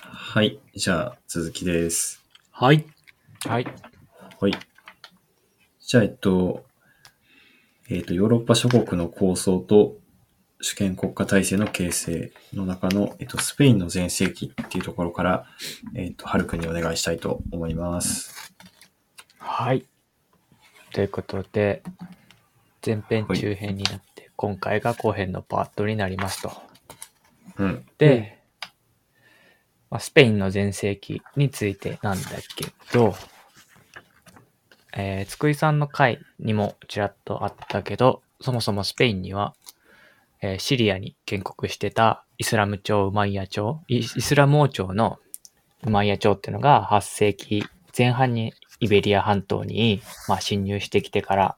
はい。じゃあ、続きです。はい。はい。はい。じゃあ、えっと、えっと、ヨーロッパ諸国の構想と主権国家体制の形成の中の、えっと、スペインの全盛期っていうところから、えっと、はるくんにお願いしたいと思います。はい。ということで、前編はい中編になって、今回が後編のパートになりますと。うん。で、まあ、スペインの全盛期についてなんだけど、えー、つくいさんの回にもちらっとあったけど、そもそもスペインには、えーシリアに建国してたイスラム朝ウマイヤ朝、イイスラム王朝のウマイヤ朝っていうのが8世紀前半にイベリア半島に、まあ、侵入してきてから、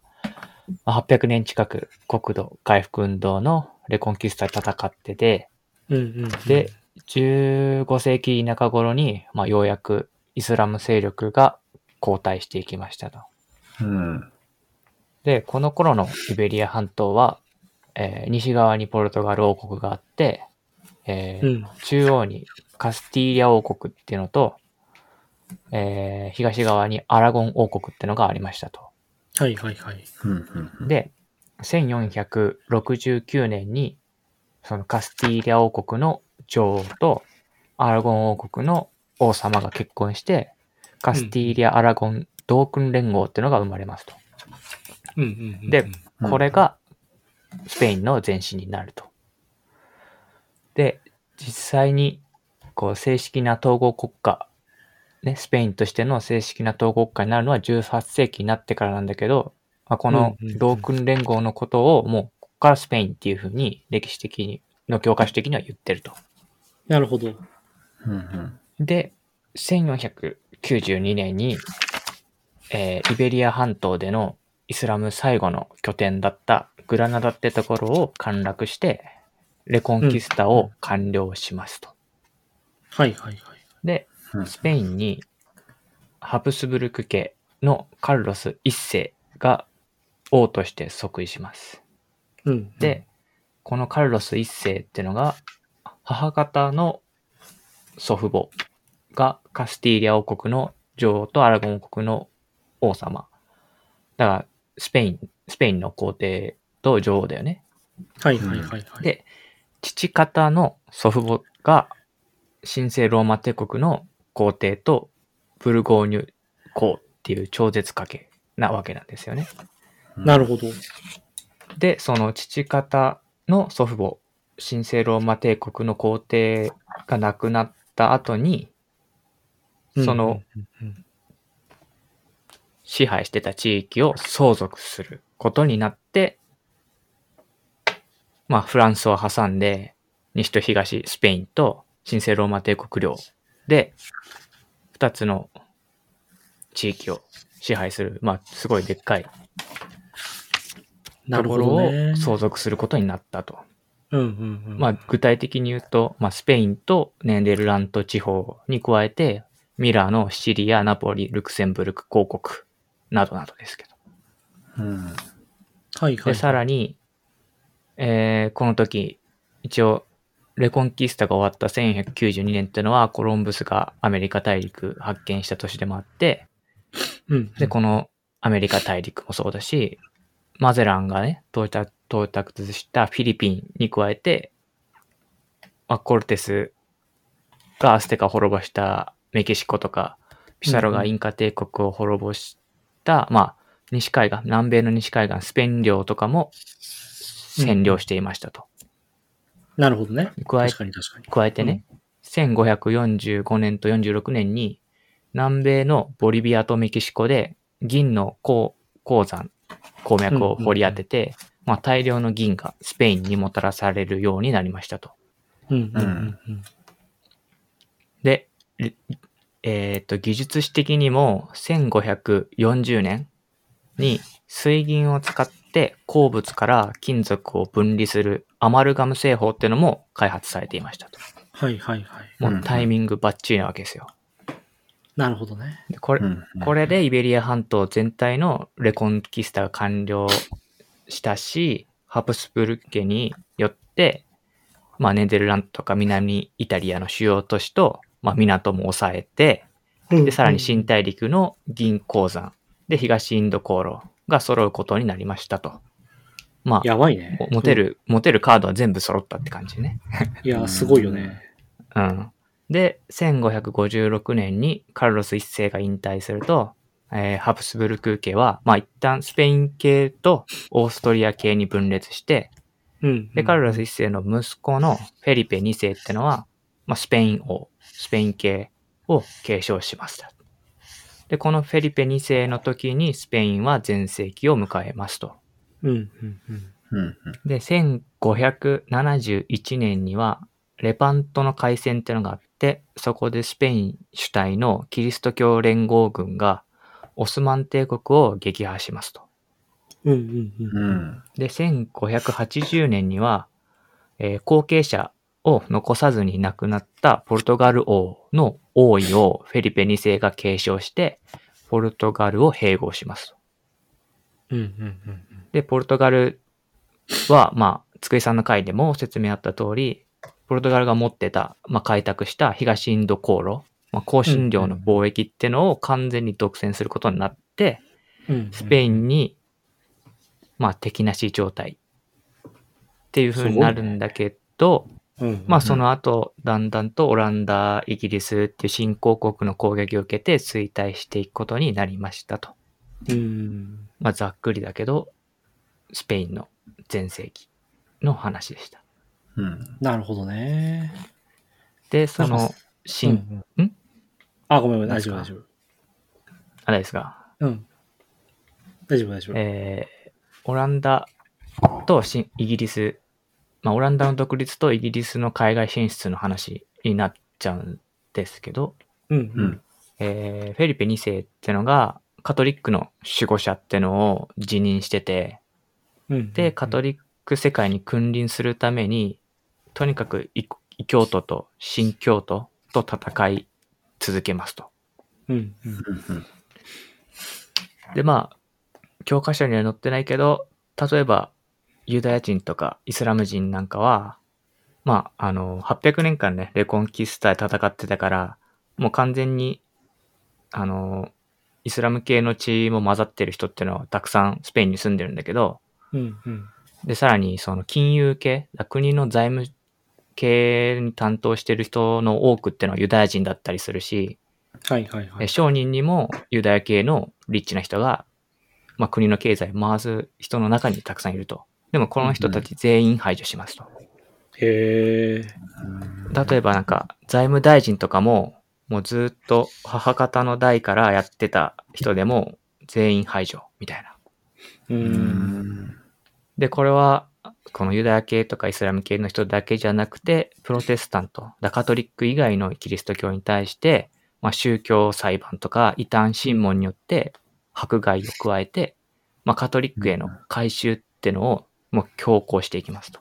まあ、800年近く国土回復運動のレコンキスタで戦ってて、うんうん。で、、15世紀中頃に、まあ、ようやくイスラム勢力が後退していきましたと。うん。で、この頃のイベリア半島は、えー西側にポルトガル王国があって、えうーん。中央にカスティーリャ王国っていうのと、えー東側にアラゴン王国っていうのがありましたと。はいはいはい。うん。うん。で、1469年に、そのカスティーリャ王国の女王とアラゴン王国の王様が結婚して、カスティーリャ・アラゴン同君連合っていうのが生まれますと。うんうんうん。でうんこれがスペインの前身になると。で、実際にこう正式な統合国家、ね、スペインとしての正式な統合国家になるのは18世紀になってからなんだけど、まあ、このうんうんうん同君連合のことをもうここからスペインっていうふうに歴史的にの教科書的には言ってると。なるほど。うん。で、1492年に、えーイベリア半島でのイスラム最後の拠点だったグラナダってところを陥落して、レコンキスタを完了しますと。はいはいはい。で、うんスペインにハプスブルク家のカルロス一世が王として即位します。うん。で、このカルロス一世ってのが、母方の祖父母がカスティーリャ王国の女王とアラゴン王国の王様。だから、スペイン、スペインの皇帝と女王だよね。はいはいはいはい。で父方の祖父母が神聖ローマ帝国の皇帝とブルゴーニュ公っていう超絶家系なわけなんですよね。なるほど。で、その父方の祖父母、神聖ローマ帝国の皇帝が亡くなった後に、そのうんうん支配してた地域を相続することになって、まあ、フランスを挟んで、西と東、スペインと神聖ローマ帝国領で、二つの地域を支配する、まあ、すごいでっかいなとるこほろどをね。相続することになったと。うんうんうん。まあ、あ、具体的に言うと、まあ、スペインとネンデルラント地方に加えて、ミラノ、シチリア、ナポリ、ルクセンブルク、広告などなどですけど。うん。はいはい。で、さらに、えーこの時、一応、レコンキスタが終わった1192年ってのは、コロンブスがアメリカ大陸発見した年でもあって、うん。で、このアメリカ大陸もそうだし、マゼランがね、到着到達したフィリピンに加えて、まあ、コルテスがアステカを滅ぼしたメキシコとか、ピサロがインカ帝国を滅ぼした、まあ、西海岸、南米の西海岸、スペイン領とかも占領していましたと。なるほどね。加え確かに確かに。加えてね、1545年と46年に、南米のボリビアとメキシコで銀の鉱鉱山、鉱脈を掘り当てて、まあ、大量の銀がスペインにもたらされるようになりましたと。うんうんうんうん。で、りえっと、技術史的にも1540年に水銀を使って鉱物から金属を分離するアマルガム製法っていうのも開発されていましたと。はいはいはい。もうんううんタイミングバッチリなわけですよ。なるほどね。でこれ、これでイベリア半島全体のレコンキスタが完了したし、ハプスブルク家によって、まあ、ネンデルラントとか南イタリアの主要都市と、まあ、港も抑えて、うんで、さらに新大陸の銀鉱山、で、東インド航路が揃うことになりましたと。まあ、やばいね。も持てる、持てるカードは全部揃ったって感じね。うん。いや、すごいよね。うん。で、1556年にカルロス一世が引退すると、えーハプスブルク家は、まあ一旦スペイン系とオーストリア系に分裂して、うん。で、カルら、ロス一世の息子のフェリペ二世ってのは、まあスペイン王、スペイン系を継承しました。で、このフェリペ二世の時にスペインは全盛期を迎えますと。うん、うん、うん。うん。で、1571年には、レパントの海戦ってのがあって、そこでスペイン主体のキリスト教連合軍が、オスマン帝国を撃破しますと。うん、うん、ううん。ん。で、1580年には、えー後継者を残さずに亡くなったポルトガル王の王位をフェリペ2世が継承して、ポルトガルを併合しますと。うん、うん、うん。で、ポルトガルは、まあ、つくえさんの回でも説明あった通り、ポルトガルが持ってた、まあ、開拓した東インド航路、まあ、香辛料の貿易ってのを完全に独占することになって、うん。スペイン。ンに、まあ、敵なし状態っていう風になるんだけど、うん。まあ、その後、だんだんとオランダ、イギリスっていう新興国の攻撃を受けて衰退していくことになりましたと。うん。まあ、ざっくりだけど、スペインの全盛期の話でした。うん。なるほどね。で、そなんのか、新、うんあ、ごめんごめん、なん大す丈夫、か大丈夫。あれですが、うん。大丈夫、大丈夫。えーオランダと新イギリス、まあ、オランダの独立とイギリスの海外進出の話になっちゃうんですけど、うん、ううんん。。えーフェリペ2世ってのが、カトリックの守護者ってのを辞任してて、うん。で、カトリリック世界に君臨するために、とにかく異異教徒と新教徒と戦い続けますと。うん、うん。うん。で、まあ、教科書には載ってないけど、例えば、ユダヤ人とかイスラム人なんかは、まあ、あの、800年間ね、レコンキスタで戦ってたから、もう完全に、あの、イスラム系の血も混ざってる人っていうのはたくさんスペインに住んでるんだけど、うん、うん。で、さらに、その金融系、国の財務系に担当してる人の多くってのはユダヤ人だったりするし、はい、はい、はえい。商人にもユダヤ系のリッチな人が、まあ、国の経済を回す人の中にたくさんいると。でも、この人たち全員排除しますと。へえ。例えば、なんか、財務大臣とかも、もうずっと母方の代からやってた人でも、全員排除、みたいな。う。うんん。で、これは、このユダヤ系とかイスラム系の人だけじゃなくて、プロテスタント、だカトリック以外のキリスト教に対して、まあ、宗教裁判とか異端審問によって迫害を加えて、まあ、カトリックへの改宗ってのをもう強行していきますと。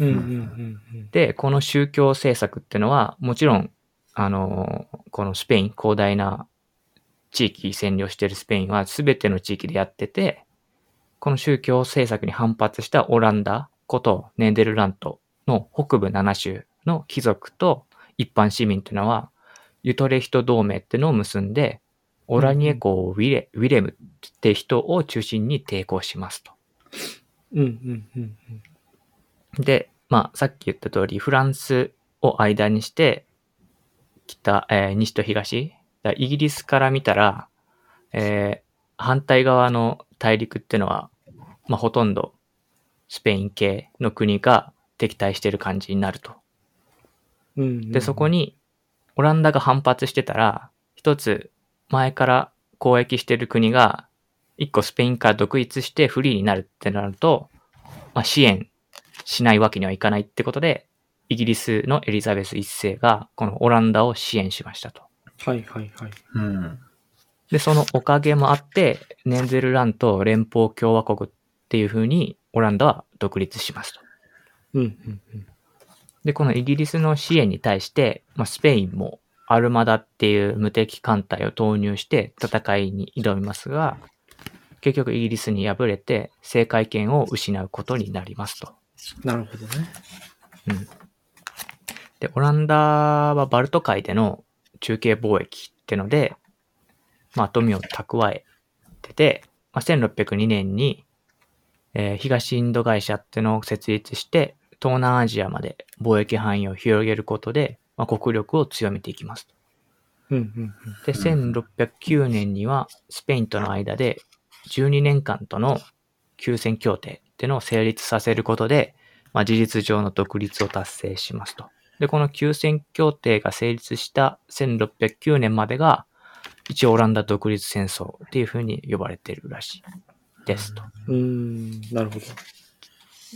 うん、うん、うんうん。で、この宗教政策ってのは、もちろん、あのこのスペイン、広大な地域占領してるスペインは全ての地域でやってて、この宗教政策に反発したオランダことネーデルラントの北部7州の貴族と一般市民ってのは、ユトレヒト同盟ってのを結んで、オラニエ公ウィレウィレムって人を中心に抵抗しますと。うん、うん、うん。で、まあ、さっき言った通り、フランスを間にして、北、えー西と東、だイギリスから見たら、えー反対側の大陸ってのは、まあ、ほとんどスペイン系の国が敵対してる感じになると。うんうんで、そこ、に、オランダが反発してたら、一つ前から交易してる国が、一個スペインから独立してフリーになるってなると、まあ、支援しないわけにはいかないってことで、イギリスのエリザベス一世が、このオランダを支援しましたと。はいはいはい。うん。で、そのおかげもあって、ネンゼルラント連邦共和国っていう風に、オランダは独立しますと。うんうんうん。で、このイギリスの支援に対して、まあ、スペインもアルマダっていう無敵艦隊を投入して戦いに挑みますが、結局イギリスに敗れて政界権を失うことになりますと。なるほどね。で、オランダはバルト海での中継貿易ってので、まあ、富を蓄えてて、まあ、1602年に、えー東インド会社ってのを設立して、東南アジアまで貿易範囲を広げることで、まあ、国力を強めていきます。うんうんで、1609年にはスペインとの間で12年間との休戦協定ってのを成立させることで、まあ、事実上の独立を達成しますと。で、この休戦協定が成立した1609年までが、一応オランダ独立戦争っていうふうに呼ばれてるらしいですと。うん。うーん、なるほど。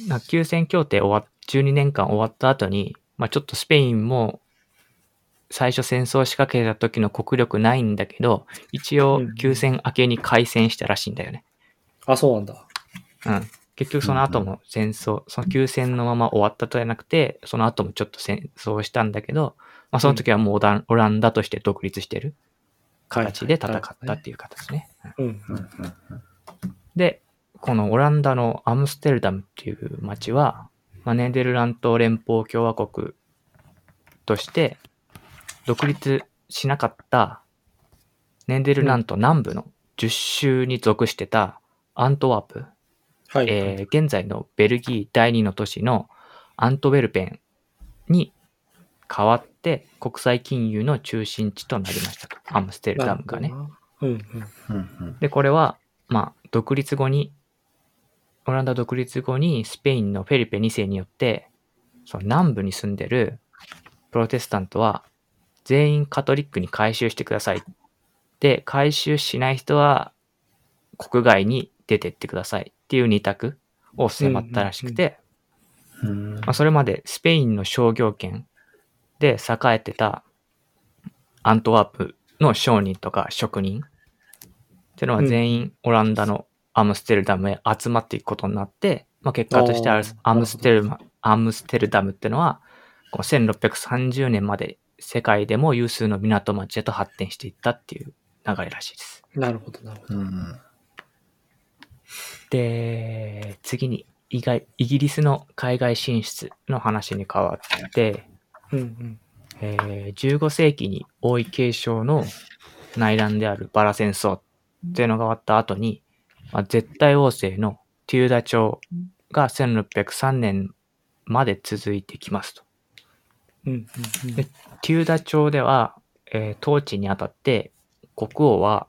な休戦協定終わっ12年間終わった後に、まあ、ちょっとスペインも最初戦争を仕掛けた時の国力ないんだけど一応うん休戦明けに開戦したらしいんだよね、あ、そうなんだ。うん、結局その後も戦争その休戦のまま終わったとじゃなくてその後もちょっと戦争をしたんだけど、まあ、その時はもうオランオランダとして独立してる形で戦ったっていう形ね、うんうん。うんうんで、このオランダのアムステルダムっていう町は、まあ、ネデルラント連邦共和国として独立しなかったネデルラント南部の10州に属してたアントワープ、はい。えー現在のベルギー第二の都市のアントベルペンに変わって国際金融の中心地となりましたと。アムステルダムがね。なるほどな。うんうんで、これは、まあ、独立後に、オランダ独立後にスペインのフェリペ2世によって、その南部に住んでるプロテスタントは全員カトリックに改宗してください。で、改宗しない人は国外に出てってくださいっていう二択を迫ったらしくて、うんまあ、それまでスペインの商業圏で栄えてたアントワープの商人とか職人っていうのは全員オランダのアムステルダムへ集まっていくことになって、まあ、結果としてあーアルスアムステルマアムステルダムっていうのはこう1630年まで世界でも有数の港町へと発展していったっていう流れらしいです。うん。なるほど、なるほど。うんで、次に意外イギリスの海外進出の話に変わって、うんうん。えー15世紀に王位継承の内乱であるバラ戦争っていうのが終わった後に、まあ、絶対王政のテューダ朝が1603年まで続いてきますと。うんうんうん。でテューダ朝では、えー統治にあたって国王は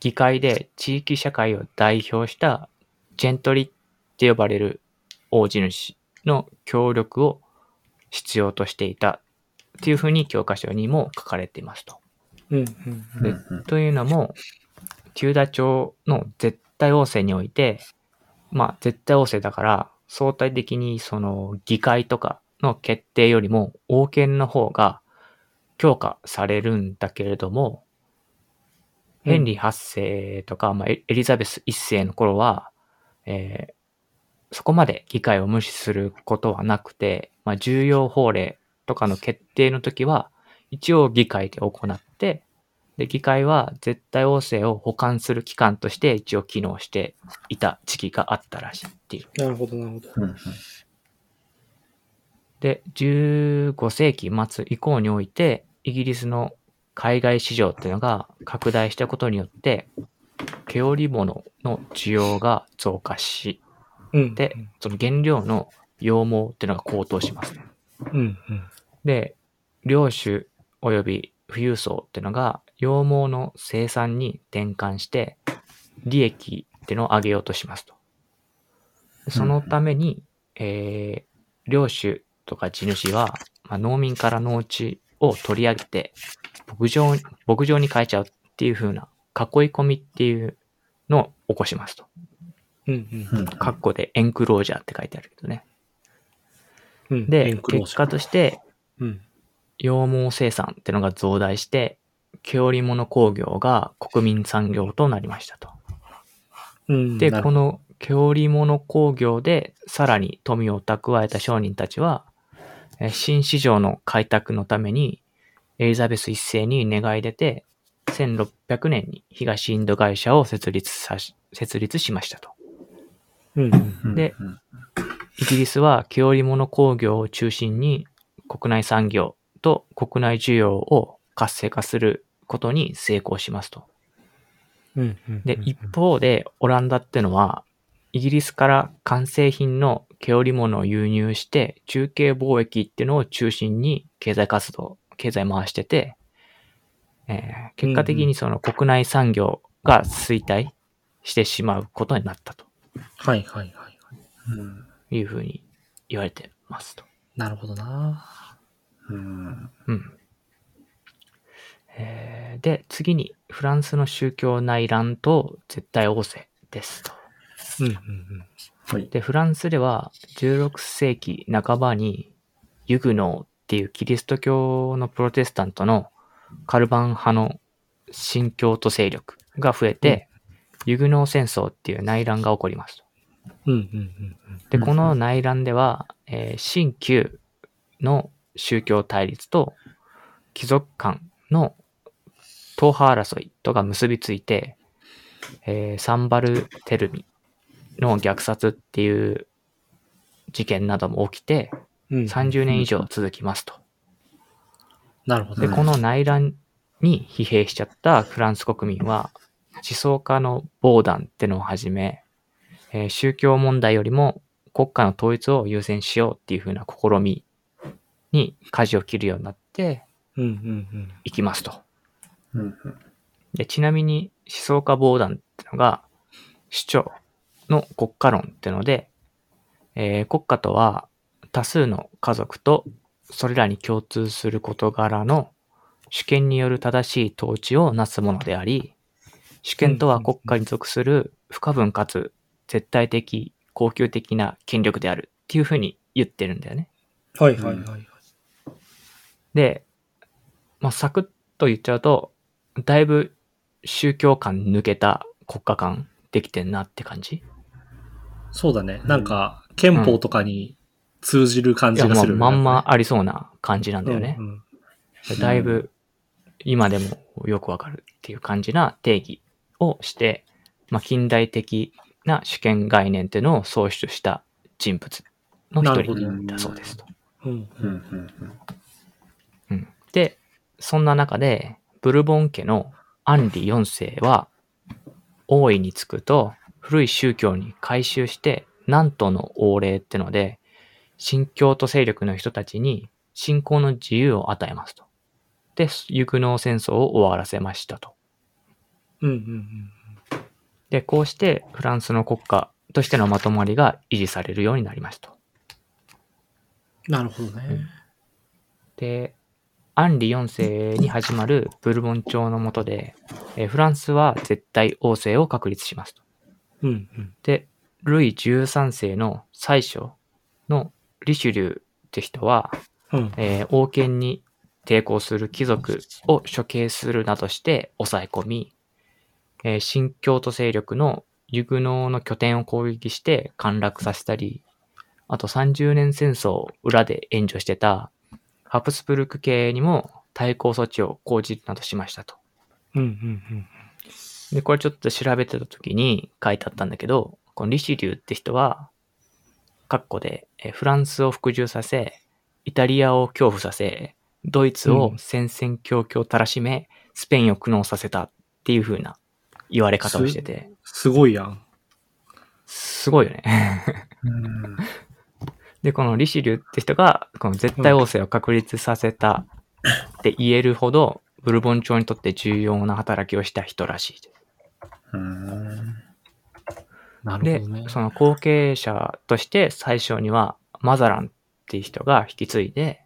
議会で地域社会を代表したジェントリーって呼ばれる王子主の協力を必要としていたっていうふうに教科書にも書かれていますと。うんうんうでんうんというのも、テューダ朝の絶対王政において、まあ絶対王政だから、相対的にその議会とかの決定よりも王権の方が強化されるんだけれども、ヘンリー8世とか、まあ、エエリザベス1世の頃は、えーそこまで議会を無視することはなくて、まあ、重要法令とかの決定の時は、一応議会で行って、で、議会は絶対王政を保管する機関として一応機能していた時期があったらしいっていう。なるほど、なるほど。うんで、15世紀末以降において、イギリスの海外市場っていうのが拡大したことによって、毛織物の需要が増加し、うん。で、その原料の羊毛っていうのが高騰します。うんうん。で、領主及び富裕層ってのが羊毛の生産に転換して利益ってのを上げようとしますと。でそのために、えー領主とか地主は、まあ、農民から農地を取り上げて牧場牧場に変えちゃうっていう風な囲い込みっていうのを起こしますと。うんうん括弧でエンクロージャーって書いてあるけどね。うん。で、結果とししてうん。羊毛生産ってのが増大して、毛織物工業が国民産業となりましたと。うん。で、なるこほの毛織物工業でさらに富を蓄えた商人たちは、えー新市場の開拓のためにエリザベス一世に願い出て、1600年に東インド会社を設立さし、設立しましたと。うんうん。うんでうんイギリスは毛織物工業を中心に国内産業と国内需要を活性化することに成功しますと。うんうん。で、一方でオランダってのは、イギリスから完成品の毛織物を輸入して、中継貿易っていうのを中心に経済活動、経済回してて、えー結果的にその国内産業が衰退してしまうことになったとはいはいはいはい。うんいうふうに言われてますと。なるほどな。うんうん。えーで、次に、フランスの宗教内乱と絶対王政ですと。うんうんうん。はい。で、フランスでは16世紀半ばにユグノーっていうキリスト教のプロテスタントのカルバン派の新教徒勢力が増えて、ユグノー戦争っていう内乱が起こりますと。うんうんで、うんこの内乱では、えー新旧の宗教対立と貴族間の党派争いとが結びついて、えーサンバルテルミの虐殺っていう事件なども起きて、うん。うん。 30年以上続きますと。なるほどで、ね。この内乱に疲弊しちゃったフランス国民は、思想家の防弾ってのをはじめ、えー宗教問題よりも国家の統一を優先しようっていう風な試みに舵を切るようになってうんうんいきますと。うんうんで、ちなみに思想家防弾ってのが主張の国家論ってので、えー国家とは多数の家族とそれらに共通する事柄の主権による正しい統治をなすものであり、主権とは国家に属する不可分かつ絶対的、恒久的な権力であるっていうふうに言ってるんだよね。うん。はいはいはいはい。で、まあ、サクッと言っちゃうと、だいぶ宗教観抜けた国家観できてんなって感じ。そうだね。なんか、憲法とかに通じる感いじや、がもすうる。まんまありそうな感じなんだだよよねね。う。んだいぶ今でもよくわかるっていう感じな定義をして、まあ、近代的な主権概念っていうのを創出した人物の一人だそうですと。うん。うんうんうんうん、で、そんな中で、ブルボン家のアンリ4世は、王位につくと、古い宗教に改宗して、南東の王霊ってので、新教徒勢力の人たちに信仰の自由を与えますと。で、ユグノー戦争を終わらせましたと。うんうん。で、こうしてフランスの国家としてのまとまりが維持されるようになりますと。なるほどね。で、アンリ4世に始まるブルボン朝の下で、えーフランスは絶対王政を確立しますと。うんうん。で、ルイ13世の最初のリシュリューって人は、うん。えー王権に抵抗する貴族を処刑するなどして抑え込み、えー新教徒勢力のユグノーの拠点を攻撃して陥落させたり、あと30年戦争を裏で援助してたハプスブルク系にも対抗措置を講じるなどしましたと。うんうんで、これちょっと調べてた時に書いてあったんだけど、このリシリューって人は、括弧で、えフランスを服従させ、イタリアを恐怖させ、ドイツを戦々恐々たらしめ、スペインを苦悩させたっていう風な言われ方をしてて、すごいやん。すごいよね。 うんで、このリシリューって人が、この絶対王政を確立させたって言えるほど、ブルボン朝にとって重要な働きをした人らしいです。うんなで、その後継者として最初にはマザランっていう人が引き継いで、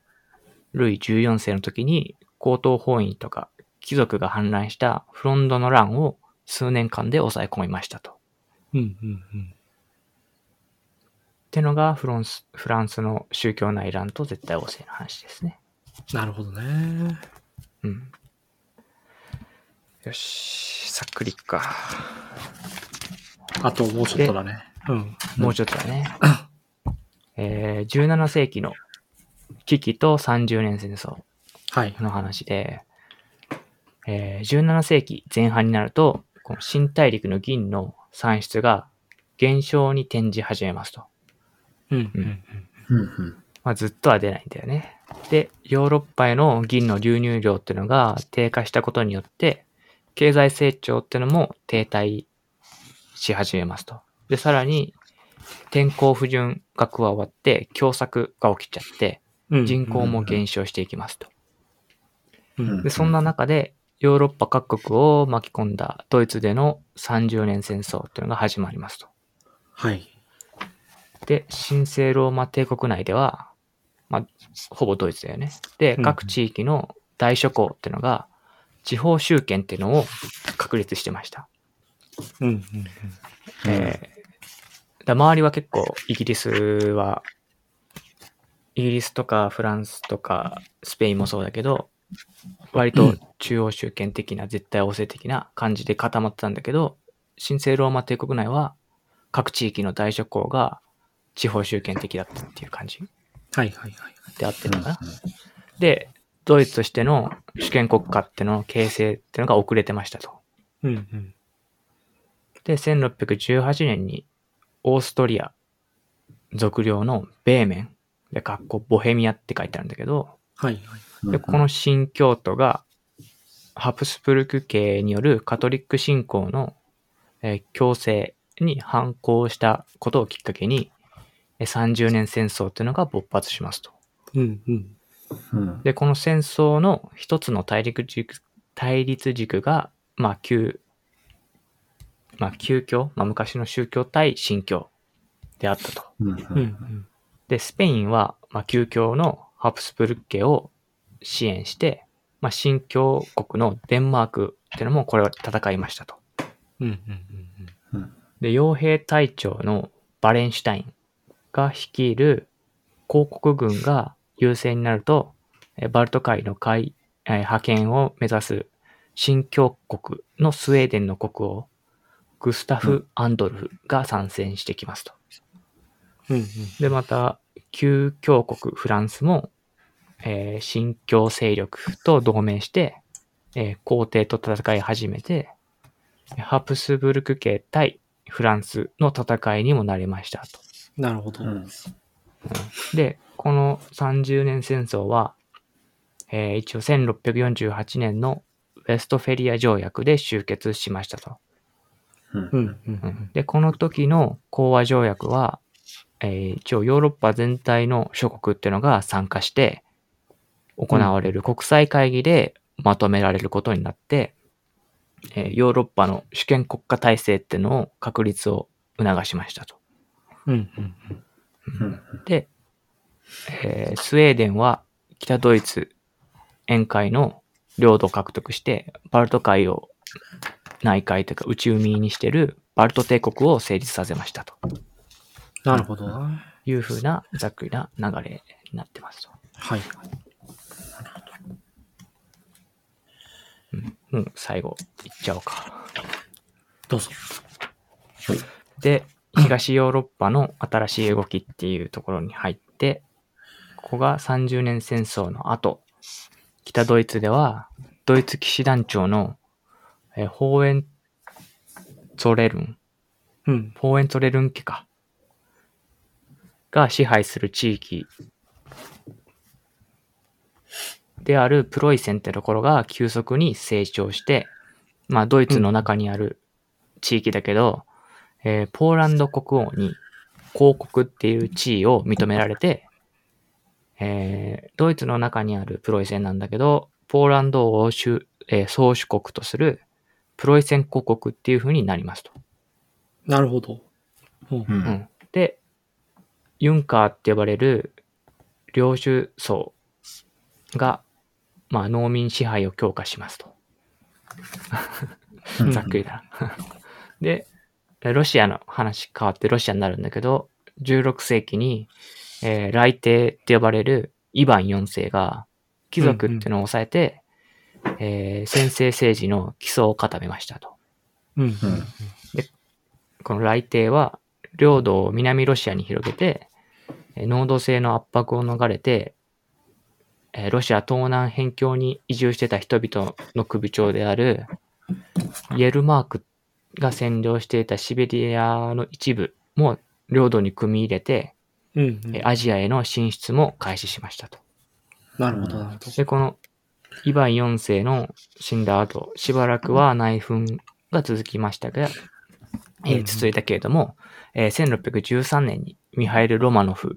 ルイ14世の時に高等法院とか貴族が反乱したフロンドの乱を数年間で抑え込みましたと。っうんうんうん。てのがフロンスフランスの宗教内乱と絶対王政の話ですね。なるほどね。うん。よし、さっくりいくか。あともうちょっとだね。うん。もうちょっとだ ね。えー、17世紀の危機と30年戦争。はい。の話で、えー17世紀前半になると、この新大陸の銀の産出が減少に転じ始めますと。うんうんうんまあ、ずっとは出ないんだよね。で、ヨーロッパへの銀の流入量っていうのが低下したことによって、経済成長っていうのも停滞し始めますと。で、さらに、天候不順が加わって、凶作が起きちゃって、うん人口も減少していきますと。うんで、そんな中で、ヨーロッパ各国を巻き込んだドイツでの30年戦争っていうのが始まりますと。はい。で、神聖ローマ帝国内では、まあ、ほぼドイツだよね。でう、ん各地域の大諸侯っていうのが、地方集権っていうのを確立してました。うんうんうんえーだ周りは結構、イギリスは、イギリスとかフランスとかスペインもそうだけど、割と中央集権的な、絶対王政的な感じで固まってたんだけど、神聖ローマ帝国内は、各地域の大諸侯が地方集権的だったっていう感じはいはいはい。であってるのかな。で、ドイツとしての主権国家っての形成ってのが遅れてましたと。うんうん。で、1618年にオーストリア属領のベーメン、で、かっこボヘミアって書いてあるんだけど、はいはい。うんで、この新教徒がハプスブルク家によるカトリック信仰の、えー強制に反抗したことをきっかけに、えー30年戦争っていうのが勃発しますと。うんうん。うんで、この戦争の一つの対立軸対立軸が、まあ、旧、まあ、旧教、まあ、昔の宗教対新教であったと。うんううんうんん。で、スペインは、まあ、旧教のハプスブルク家を支援して、まあ、新教国のデンマークっていうのもこれは戦いましたと。うんうんうんで、傭兵隊長のバレンシュタインが率いる広告軍が優勢になると、えバルト海の海、えー派遣を目指す新教国のスウェーデンの国王、グスタフ・アンドルフが参戦してきますと。うんうん。で、また、旧教国フランスも、えー新教勢力と同盟して、えー皇帝と戦い始めて、ハプスブルク家対フランスの戦いにもなりましたと。なるほど。うんで、この30年戦争は、えー一応1648年のウェストフェリア条約で終結しましたと。うんうんうんうん。で、この時の講和条約は、えー一応ヨーロッパ全体の諸国っていうのが参加して、行われる国際会議でまとめられることになって、えーヨーロッパの主権国家体制っていうのを確立を促しましたと。うんうんうんで、えースウェーデンは北ドイツ沿海の領土を獲得して、バルト海を内海というか内海にしてるバルト帝国を成立させましたとなるほどな。いうふうなざっくりな流れになってますと。はい。もう最後いっちゃおうか。どうぞ。で、東ヨーロッパの新しい動きっていうところに入って、ここが30年戦争の後、北ドイツでは、ドイツ騎士団長の、えー、ホーエンツォレルン、うん。ホーエンツォレルン家か、が支配する地域であるプロイセンってところが急速に成長して、まあドイツの中にある地域だけど、えーポーランド国王に公国っていう地位を認められて、えードイツの中にあるプロイセンなんだけど、ポーランドを主、えー宗主国とするプロイセン公国っていう風になりますと。なるほど。うんううんん、で、ユンカーって呼ばれる領主層が、まあ、農民支配を強化しますと。うんざっくりだな。で、ロシアの話変わってロシアになるんだけど、16世紀に、えー来帝って呼ばれるイヴァン4世が貴族っていうのを抑えて、えー先制政治の基礎を固めましたと。うんうんこの来帝は領土を南ロシアに広げて、えー農奴制の圧迫を逃れて、えーロシア東南辺境に移住してた人々の首長であるイェルマークが占領していたシベリアの一部も領土に組み入れて、うんうんえーアジアへの進出も開始しましたと。なるほど、なるほど。で、このイヴァン4世の死んだ後、しばらくは内紛が続きましたが、えーうん続いたけれども、えー1613年にミハイル・ロマノフ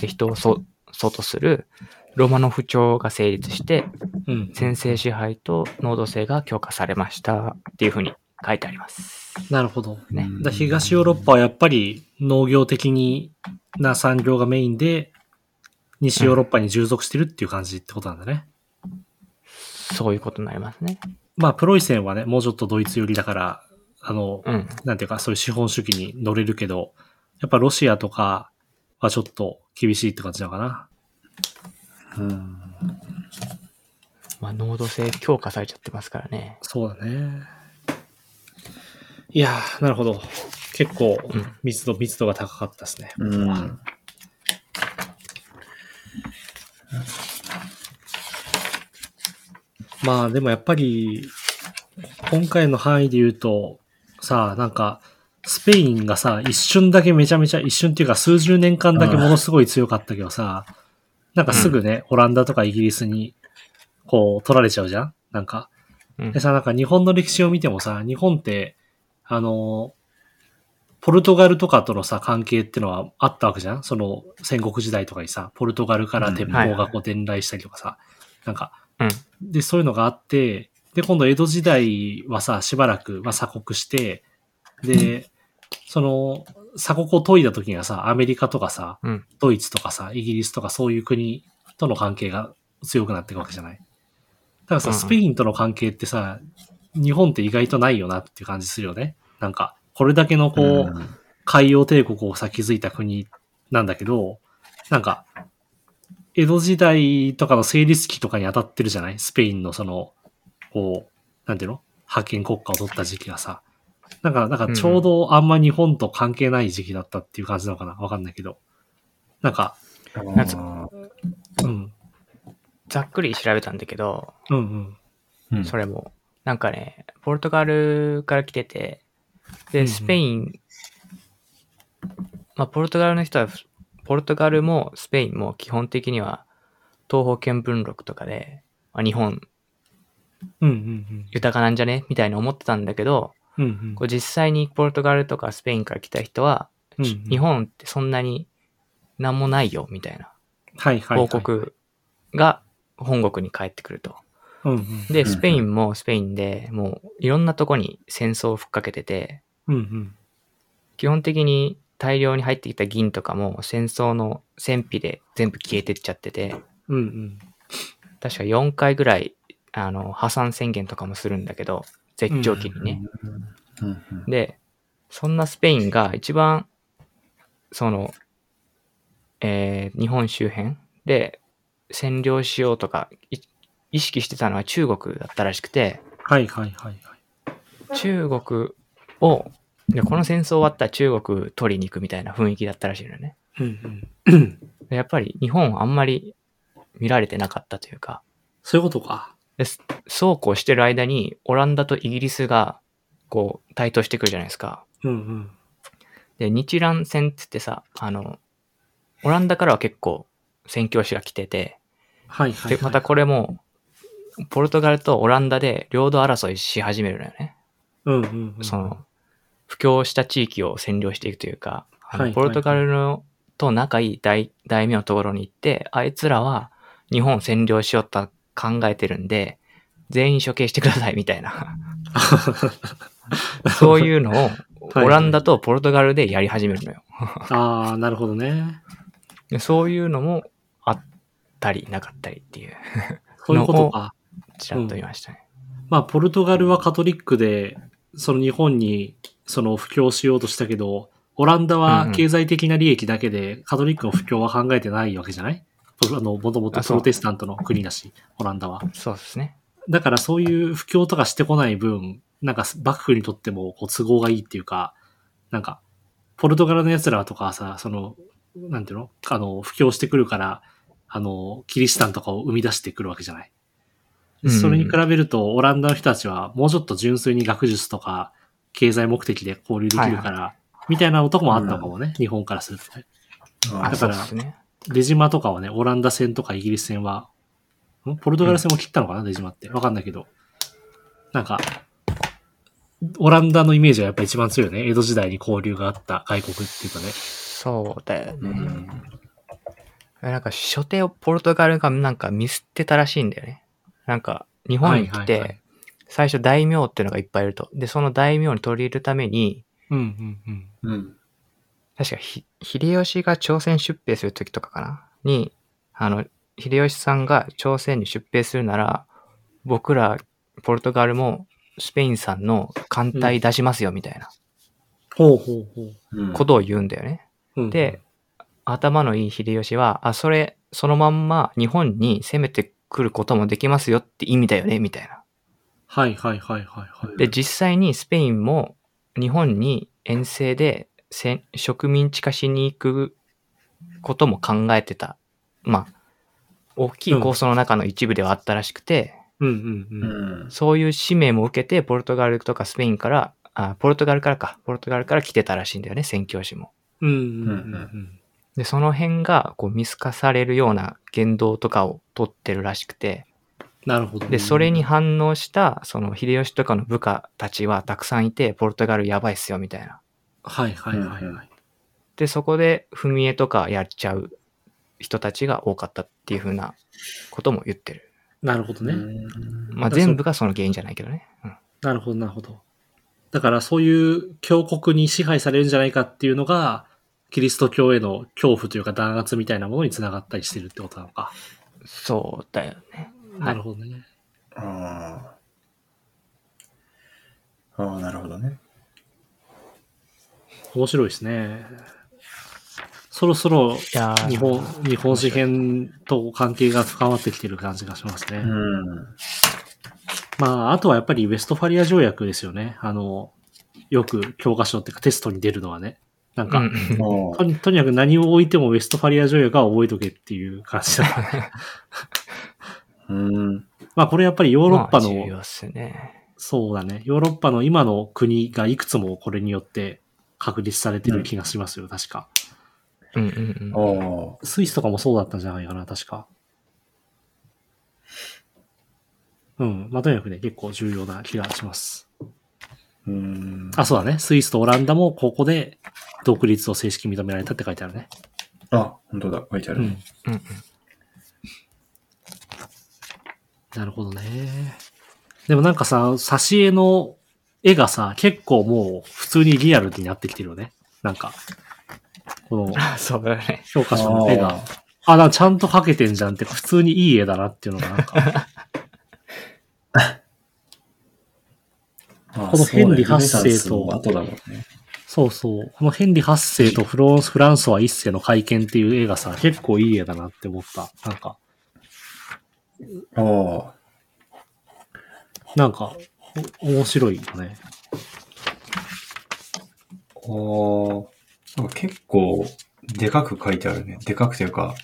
で人をそそうとするロマノフ朝が成立して、うん。先制支配と濃度性が強化されましたっていうふうに書いてあります。なるほど。ねだ東ヨーロッパはやっぱり農業的にな産業がメインで、西ヨーロッパに従属してるっていう感じってことなんだね。そういうことになりますね。まあ、プロイセンはね、もうちょっとドイツ寄りだから、あの、うん。なんていうか、そういう資本主義に乗れるけど、やっぱロシアとかはちょっと厳しいって感じなのかな。うん。まあ、濃度性強化されちゃってますからね。そうだね。いやー、なるほど。結構うん、密度、密度が高かったですね。うん。まあでもやっぱり、今回の範囲で言うと、さあ、なんか、スペインがさ、一瞬だけめちゃめちゃ、一瞬っていうか数十年間だけものすごい強かったけどさ、なんかすぐね、オランダとかイギリスに、こう、取られちゃうじゃんなんか。うんで。さ、なんか日本の歴史を見てもさ、日本って、あの、ポルトガルとかとのさ、関係ってのはあったわけじゃんその戦国時代とかにさ、ポルトガルから鉄砲がこう伝来したりとかさ、なんか、うん。で、そういうのがあって、で、今度江戸時代はさ、しばらく、まあ、鎖国して、で、その、鎖国を解いた時にはさ、アメリカとかさ、うんドイツとかさ、イギリスとかそういう国との関係が強くなっていくわけじゃない。だからうさ、んうんスペインとの関係ってさ、日本って意外とないよなっていう感じするよね。なんか、これだけのこう、海洋帝国をさ、築いた国なんだけど、なんか、江戸時代とかの成立期とかに当たってるじゃないスペインのその、こう、なんていうの覇権国家を取った時期がさ。なんか、なんかちょうどあんま日本と関係ない時期だったっていう感じなのかなわかんないけど。なんか、うん。なんつうん、ざっくり調べたんだけど、うんうん。うんそれも。なんかね、ポルトガルから来てて、うんうで、んスペイン、まあ、ポルトガルの人は、ポルトガルもスペインも基本的には、東方見聞録とかで、まあ、日本うんうん豊かなんじゃねみたいに思ってたんだけど、うん。うんうんこう実際にポルトガルとかスペインから来た人は、うんうん日本ってそんなになんもないよ、みたいなはいはいはい。報。告が本国に帰ってくると。うんうん。で、うんスペインもスペインで、もういろんなとこに戦争をふっかけてて、うんうん。基本的に大量に入ってきた銀とかも戦争の戦費で全部消えてっちゃってて、うんうん。確か4回ぐらい、あの、破産宣言とかもするんだけど、絶頂期にね。うんうんで、そんなスペインが一番、その、えー日本周辺で占領しようとか、い意識してたのは中国だったらしくて、はいはいはいはい。中国を、でこの戦争終わったら中国取りに行くみたいな雰囲気だったらしいのよね。うんうん。でやっぱり日本あんまり見られてなかったというか、そういうことか。でそそうこうしてる間にオランダとイギリスがこう台頭してくるじゃないですか。うんうん。で、日蘭戦って言ってさ、あの、オランダからは結構宣教師が来てて、はいはい、はい。で、またこれも、ポルトガルとオランダで領土争いし始めるのよね。うんうんうん。その、布教した地域を占領していくというか、あのはいポルトガルのと仲いい大大名のところに行って、あいつらは日本を占領しようと考えてるんで、全員処刑してくださいみたい な、そういうのを、いオランダとポルトガルでやり始めるのよ。ああ、なるほどね。でそういうのもあったり、なかったりっていう、そういうことか。ちらっと言いましたね。まあ、ポルトガルはカトリックで、その日本に、その布教しようとしたけど、オランダうんはうん経済的な利益だけで、カトリックの布教は考えてないわけじゃないポルあの、もともとあプそうロテスタントの国だし、オランダは。そうですね。だからそういう布教とかしてこない分、なんか幕府にとってもこう都合がいいっていうか、なんか、ポルトガルの奴らとかはさ、その、なんていうのあの、布教してくるから、あの、キリシタンとかを生み出してくるわけじゃない。でそれに比べると、オランダの人たちはもうちょっと純粋に学術とか、経済目的で交流できるから、みたいなとこもあったのかもね、日本からするとね。ああ、だそかうらですね。出島とかはね、オランダ戦とかイギリス戦は、んポルトガル戦も切ったのかな、出島って。わかんないけど。なんか、オランダのイメージがやっぱ一番強いよね。江戸時代に交流があった外国っていうとね。そうだようね。ん。なんか、初手をポルトガルがなんかミスってたらしいんだよね。なんか、日本に来はいはいはてい、最初大名っていうのがいっぱいいると。で、その大名に取り入れるために、うんうんうん。うん。確かひ、秀吉が朝鮮出兵する時とかかなに、あの、秀吉さんが朝鮮に出兵するなら、僕ら、ポルトガルもスペインさんの艦隊出しますよみたいなほうほうほう。うん。ことを言うんだよね。うんうんで、、頭のいい秀吉は、あ、それ、そのまんま日本に攻めてくることもできますよって意味だよね、みたいな。はいはいはいはいはい。で、実際にスペインも日本に遠征でせん植民地化しに行くことも考えてた。まあ、大きい構想の中の一部ではあったらしくて、うんうんううん。ん。そういう使命も受けて、ポルトガルとかスペインから、あ、ポルトガルからか、ポルトガルから来てたらしいんだよね、宣教師も。うんうんうんで、その辺が、こう、見透かされるような言動とかを取ってるらしくて、なるほどね。で、それに反応した、その、秀吉とかの部下たちはたくさんいて、ポルトガルやばいっすよ、みたいな。はいはいはいうんうはんい。で、そこで、踏み絵とかやっちゃう人たちが多かったっていうふうなことも言ってる。なるほどうね。ん。まあ、だからそ全部がその原因じゃないけどね。うん、なるほどなるほど。だからそういう強国に支配されるんじゃないかっていうのが、キリスト教への恐怖というか弾圧みたいなものにつながったりしてるってことなのか。そうだよね。いなるほどね。ああ。ああ、なるほどね。面白いですね。そろそろいやー日本、日本史編と関係が深まってきてる感じがしますね。うん。まあ、あとはやっぱりウェストファリア条約ですよね。あの、よく教科書っていうかテストに出るのはね。なんか、うんもとにとにかく何を置いてもウェストファリア条約は覚えとけっていう感じだから。う、うん。まあ、これやっぱりヨーロッパの、まあ重要っすね。そうだね。ヨーロッパの今の国がいくつもこれによって確立されてる気がしますよ、確か。うんうんあうん。あ。スイスとかもそうだったんじゃないかな、確か。うん。まあ、とにかくね、結構重要な気がします。うん。あ、そうだね。スイスとオランダもここで独立を正式に認められたって書いてあるね。あ、本当だ。書いてあうるね。ん。うんうんなるほどね。でもなんかさ、挿絵の絵がさ、結構もう普通にリアルになってきてるよね。なんか、このあそうだね。教科書の絵があ。あ、なんかちゃんと描けてんじゃんってか、普通にいい絵だなっていうのがなん か、ああこのヘンリー八そうだ世とねルネサンスの後だもんね。そうそう。このヘンリー8世とフロンス、フランソワ1世の会見っていう絵がさ、 結構いい絵だなって思った。なんか、ああ。なんか、お面白いよね。ああ。なんか結構、でかく書いてあるね。でかくていうか、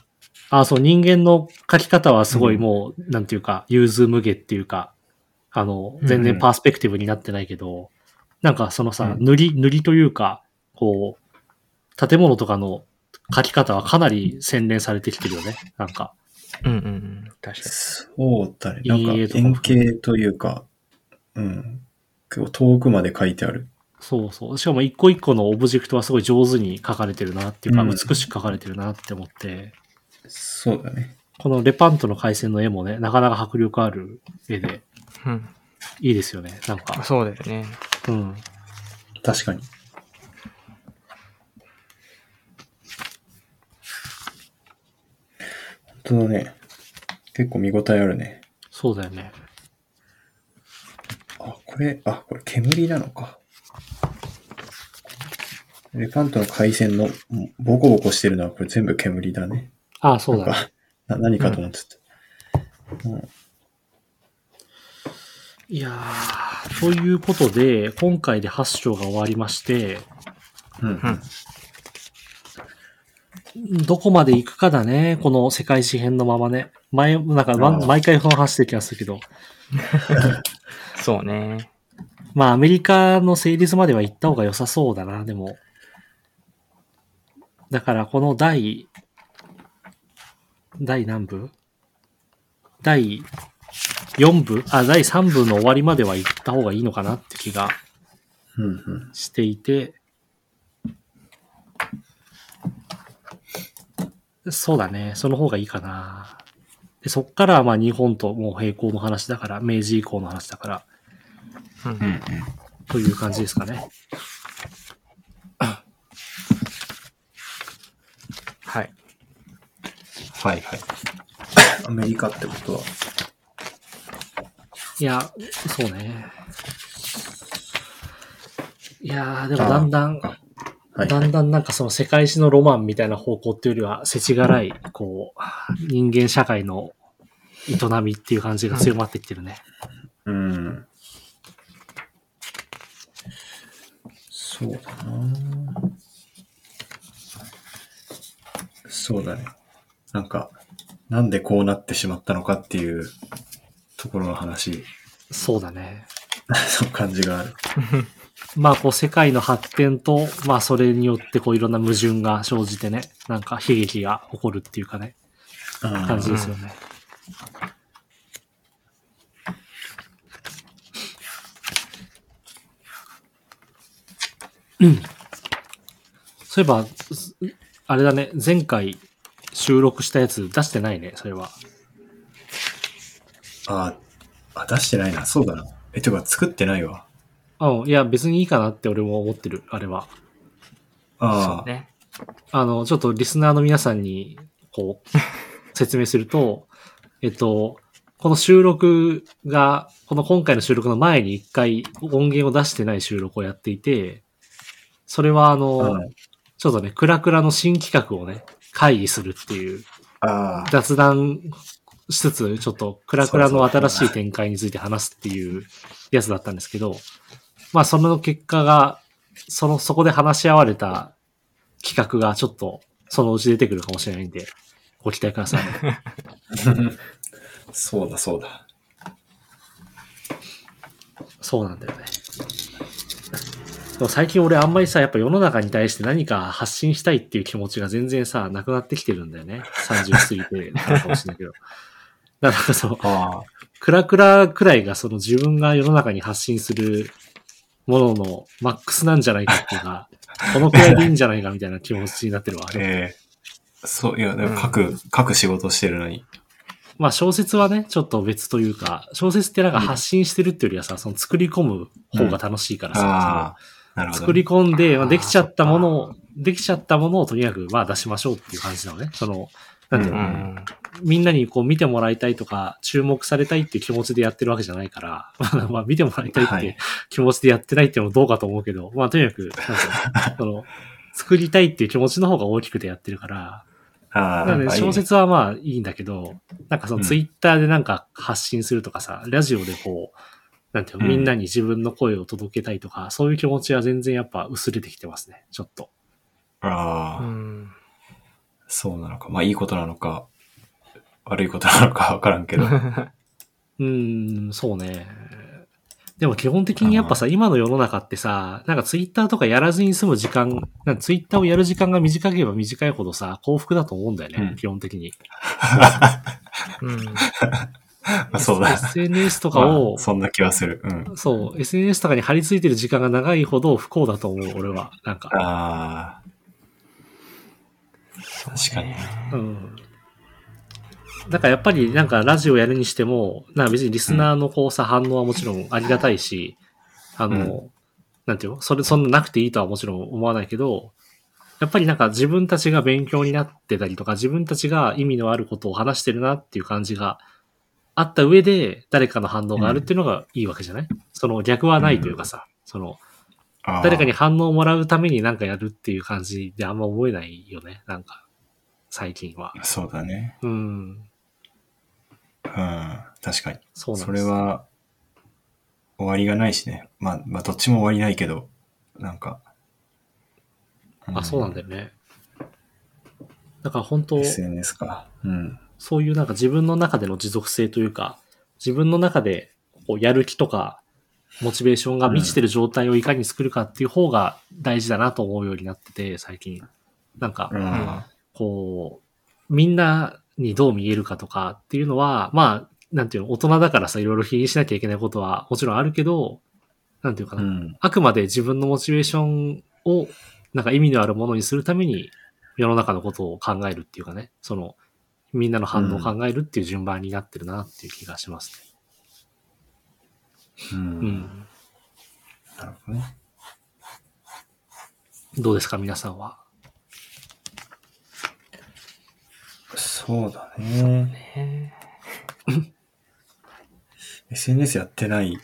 あ、そう、人間の描き方はすごいもう、なんていうか、融通無下っていうか、あの、全うんう然んパースペクティブになってないけど、なんかそのさ、うん塗り、塗りというか、こう、建物とかの描き方はかなり洗練されてきてるよね。なんか、うんうんうん。確かそうだね。なんかいい絵とか円形というか、うん。結構遠くまで書いてある。そうそう。しかも一個一個のオブジェクトはすごい上手に描かれてるなっていうか、うん美しく描かれてるなって思って、そうだね。このレパントの回線の絵もね、なかなか迫力ある絵で、に。うん。いいですよね。なんか、そうだよね。うん。確かに。本当だね。結構見応えあるね。そうだよね。あ、これ、あ、これ煙なのか。レパントの回線のうんボコボコしてるのはこれ全部煙だね。ああ、そうだね。な何かと思ってた。うんいやー、ということで、今回で8章が終わりまして、うんうんどこまで行くかだね、この世界史編のままね。前、なんか、わあーん毎回この話で気がするけど、そうね。まあ、アメリカの成立までは行った方が良さそうだな、でも。だから、この第、第何部第4部、あ、第3部の終わりまでは行った方がいいのかなって気がうんうん。していて、そうだね、その方がいいかな。でそっからはまあ日本ともう並行の話だから、明治以降の話だから、うんという感じですかね。はい。はいはい。アメリカってことはいや、そうね。いやー、でもだんだん、あはい。だんだんなんかその世界史のロマンみたいな方向っていうよりは、世知辛い、こう、人間社会の営みっていう感じが強まってきてるね。うん。そうだなそうだね。なんか、なんでこうなってしまったのかっていうところの話、そうだね。その感じがある。まあこう世界の発展と、まあそれによってこういろんな矛盾が生じてね、なんか悲劇が起こるっていうかね、うん感じですよね。うん。そういえば、すあれだね、前回収録したやつ出してないね、それは。ああ、出してないな。そうだな。え、てか作ってないわ。うん、いや別にいいかなって俺も思ってる、あれは。あそうあ、ね。あの、ちょっとリスナーの皆さんに、こう、 説明すると、えっと、この収録が、この今回の収録の前に一回音源を出してない収録をやっていて、それはあの、はいちょっとね、クラクラの新企画をね、会議するっていう、ああ、雑談しつつ、ちょっとクラクラの新しい展開について話すっていうやつだったんですけど、まあその結果が、その、そこで話し合われた企画がちょっとそのうち出てくるかもしれないんで、ご期待ください。そうだそうだ。そうなんだよね。でも最近俺あんまりさ、やっぱ世の中に対して何か発信したいっていう気持ちが全然さ、なくなってきてるんだよね。30過ぎてなのかもしれないけど。だからその、あクラクラくらいがその自分が世の中に発信するもののマックスなんじゃないかってい うか、このくらいでいいんじゃないかみたいな気持ちになってるわ。あ、ええそう、いや、でうんも書く、書く仕事してるのに。まあ小説はね、ちょっと別というか、小説ってなんか発信してるっていうよりはさ、その作り込む方が楽しいからさあ、あ、なるほど。作り込んで、まああ、ーできちゃったものそを、できちゃったものをとにかくまあ出しましょうっていう感じなのね。その、なんていううの、ん。みんなにこう見てもらいたいとか、注目されたいっていう気持ちでやってるわけじゃないから、 まあまあ見てもらいたいってはいうい気持ちでやってないっていうのもどうかと思うけど、まあとにかく、なんか その、作りたいっていう気持ちの方が大きくてやってるから、ああ、なのではい小説はまあいいんだけど、なんかそのツイッターでなんか発信するとかさ、ラジオでこう、なんていうの、うんみんなに自分の声を届けたいとか、そういう気持ちは全然やっぱ薄れてきてますね、ちょっと。ああ、うん。そうなのか。まあ、いいことなのか、悪いことなのかわからん けど。うーん、そうね。でも基本的にやっぱさ、今の世の中ってさ、なんかツイッターとかやらずに済む時間、なんかツイッターをやる時間が短ければ短いほどさ、幸福だと思うんだよね、うん基本的に。うん。まあそう だ。 SNS とかを、 まあそんな気はする。うん。そう、SNS とかに張り付いてる時間が長いほど不幸だと思う、俺は。なんか。ああ。確かに。うん。だからやっぱりなんかラジオやるにしても、なんか別にリスナーのこうさ、反応はもちろんありがたいし、あの、うなんていうのそれ、そんななくていいとはもちろん思わないけど、やっぱりなんか自分たちが勉強になってたりとか、自分たちが意味のあることを話してるなっていう感じがあった上で、誰かの反応があるっていうのがいいわけじゃない、その逆はないというかさ、その、あー誰かに反応をもらうためになんかやるっていう感じであんま思えないよね、なんか、最近は。そうだね。うん。うん。確かに。そうなんそでれす。は、終わりがないしね。まあ、まあ、どっちも終わりないけど、なんか。あ、そうなんだよ。よね。だから本当、 SNS か。うん。そういうなんか自分の中での持続性というか、自分の中でこうやる気とか、モチベーションが満ちてる状態をいかに作るかっていう方が大事だなと思うようになってて、最近。なんかう、ん。こう、みんなにどう見えるかとかっていうのは、まあ、なんていうの、大人だからさ、いろいろ気にしなきゃいけないことはもちろんあるけど、なんていうかうな、ん。あくまで自分のモチベーションを、なんか意味のあるものにするために、世の中のことを考えるっていうかね、その、みんなの反応を考えるっていう順番になってるなっていう気がしますね。う。うんん。なるほどね。どうですか、皆さんは。そうだね。ね SNS やってない。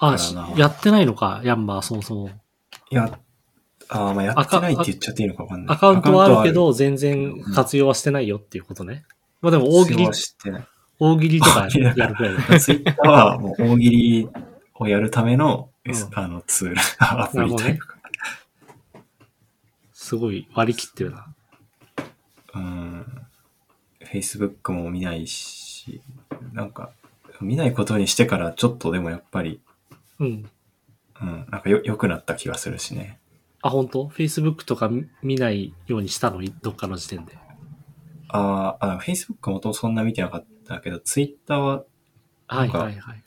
あ、だしなやってないのか、ヤンマーそもそも。や、あーまあやってないって言っちゃっていいのかわかんない。アカウントはあるけアど、全然活用はしてないよっていうことね。まあでも大カウ喜ントはある、利大、知ってない。大喜利とかやるくらいだから。ツイッターはもう大喜利をやるための、うん あのツール、 アプリというか。すごい割り切ってるな。うん。Facebook も見ないし、なんか、見ないことにしてからちょっとでもやっぱり、うん。うん、なんかよ、良くなった気がするしね。あ、本当 ?Facebook とか見見ないようにしたのどっかの時点で。あーあ、Facebook はもともとそんな見てなかったけど、Twitter ははいんかはいはいはい。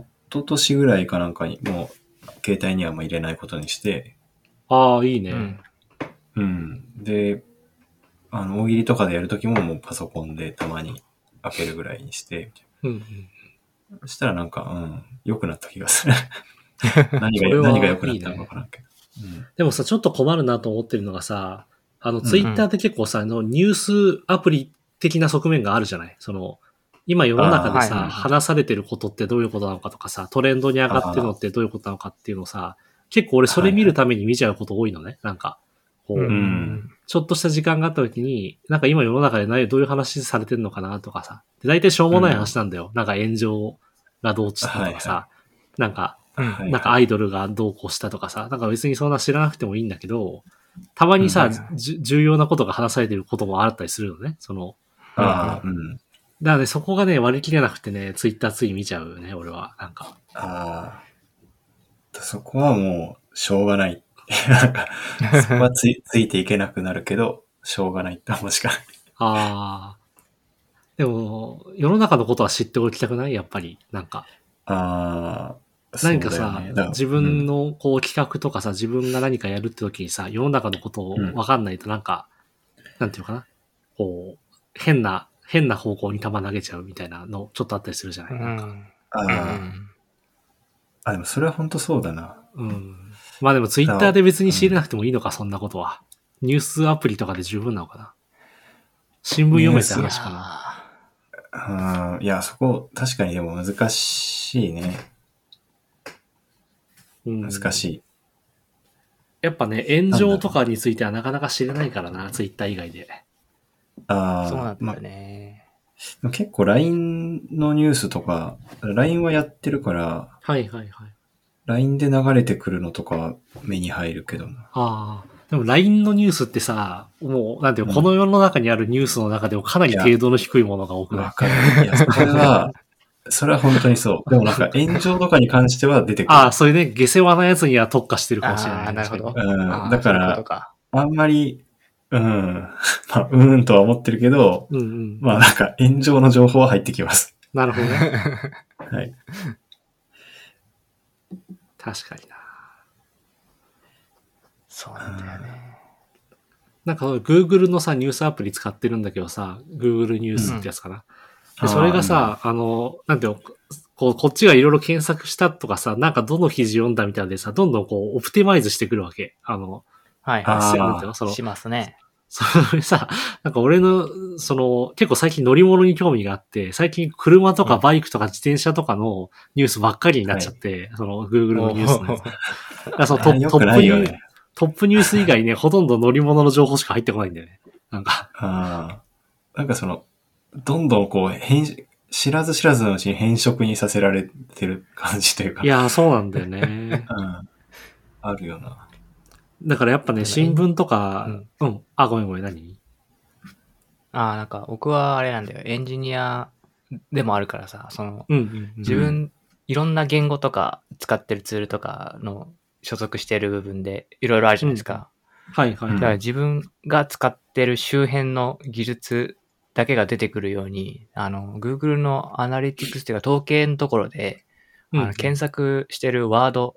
一昨年ぐらいかなんかに、もう、携帯にはもう入れないことにして、ああ、いいね。うん。うん。で、あの、大喜利とかでやるときももうパソコンでたまに開けるぐらいにして、うんうん。そしたらなんか、うん、良くなった気が する。何が、それは何が良くなったのかわからんけど。でもさ、ちょっと困るなと思ってるのがさ、あの、ん Twitter って結構さ、あのニュースアプリ的な側面があるじゃないその、今世の中あーでさ、はいはいはい話されてることってどういうことなのかとかさ、トレンドに上がってるのってどういうことなのかっていうのをさ、結構俺それ見るために見ちゃうこと多いのね。なんか、こう、うんん。ちょっとした時間があった時に、なんか今世の中で何どういう話されてるのかなとかさ。で、大体しょうもない話なんだよ。なんか炎上がどうしたとかさ。はなんか、うんはいなんかアイドルがどうこうしたとかさ。なんか別にそんな知らなくてもいいんだけど、たまにさ、うんはいはいじゅ重要なことが話されてることもあったりするのね。その、ああ、うん。だからね、そこがね、割り切れなくてね、ツイッターつい見ちゃうよね、俺は。なんか。ああ。そこはもう、しょうがない。 なんか、そこはついついていけなくなるけど、しょうがないってもしかない。ああ。でも、世の中のことは知っておきたくないやっぱり。なんか。ああ。何かそうだよさ、ねだら自うん分のこう企画とかさ、自分が何かやるって時にさ、世の中のことを分かんないとなんか、なんていうのかな、こう、変な、変な方向に球投げちゃうみたいなのちょっとあったりするじゃない、うなんかん。あああ、でもそれは本当そうだな。うん。まあでもツイッターで別に仕入れなくてもいいのか、そんなことは。ニュースアプリとかで十分なのかな。新聞読めって話かな。うん。いや、そこ、確かにでも難しいね。うん難しい。やっぱね、炎上とかについてはなかなか知れないからな、ツイッター以外で。ああ。そうなんだまよね。結構 LINE のニュースとか、LINE はやってるから、はいはいはい。 LINE で流れてくるのとかは目に入るけどな。ああ。でも LINE のニュースってさ、もう、なんていうの、うんこの世の中にあるニュースの中でもかなり程度の低いものが多くなわい。かる。いや、それは、それは本当にそう。でもなんか炎上とかに関しては出てくる。ああ、それね、下世話なやつには特化してるかもしれない。ああ、なるほど。うあん。ーだかそういうこらと、かあんまり、うん。 まあ、うーんとは思ってるけど、うんうん。まあなんか炎上の情報は入ってきます。なるほどね。はい。確かにな。そうなんだよね。なんか、Google のさ、ニュースアプリ使ってるんだけどさ、Google ニュースってやつかな。うんでそれがさ、あの、なんていうの、こう、こっちがいろいろ検索したとかさ、なんかどの記事読んだみたいなのでさ、どんどんこう、オプティマイズしてくるわけ。あの、はいあはーなんていうのそい。の、しますね。それさ、なんか俺の、その、結構最近乗り物に興味があって、最近車とかうんバイクとか自転車とかのニュースばっかりになっちゃって、その Google のニュースのやつ。だからそのトあッよプトくッなプいニよューね。トップニュース以外ね、ほとんど乗り物の情報しか入ってこないんだよね。なんか、ああ。なんかその、どんどんこう、変し、知らず知らずのうちに変色にさせられてる感じというか。いやー、そうなんだよね。うん。あるよな。だからやっぱ ね、新聞とか、うん、あ、ごめんごめん、何ああ、なんか僕はあれなんだよ。エンジニアでもあるからさ、その、うん、うんうん。自分、いろんな言語とか使ってるツールとかの所属してる部分でいろいろあるじゃないですか。はいはい。うんだから自分が使ってる周辺の技術だけが出てくるように、あの、Google のアナリティクスっていうか、統計のところで、うんあの検索してるワード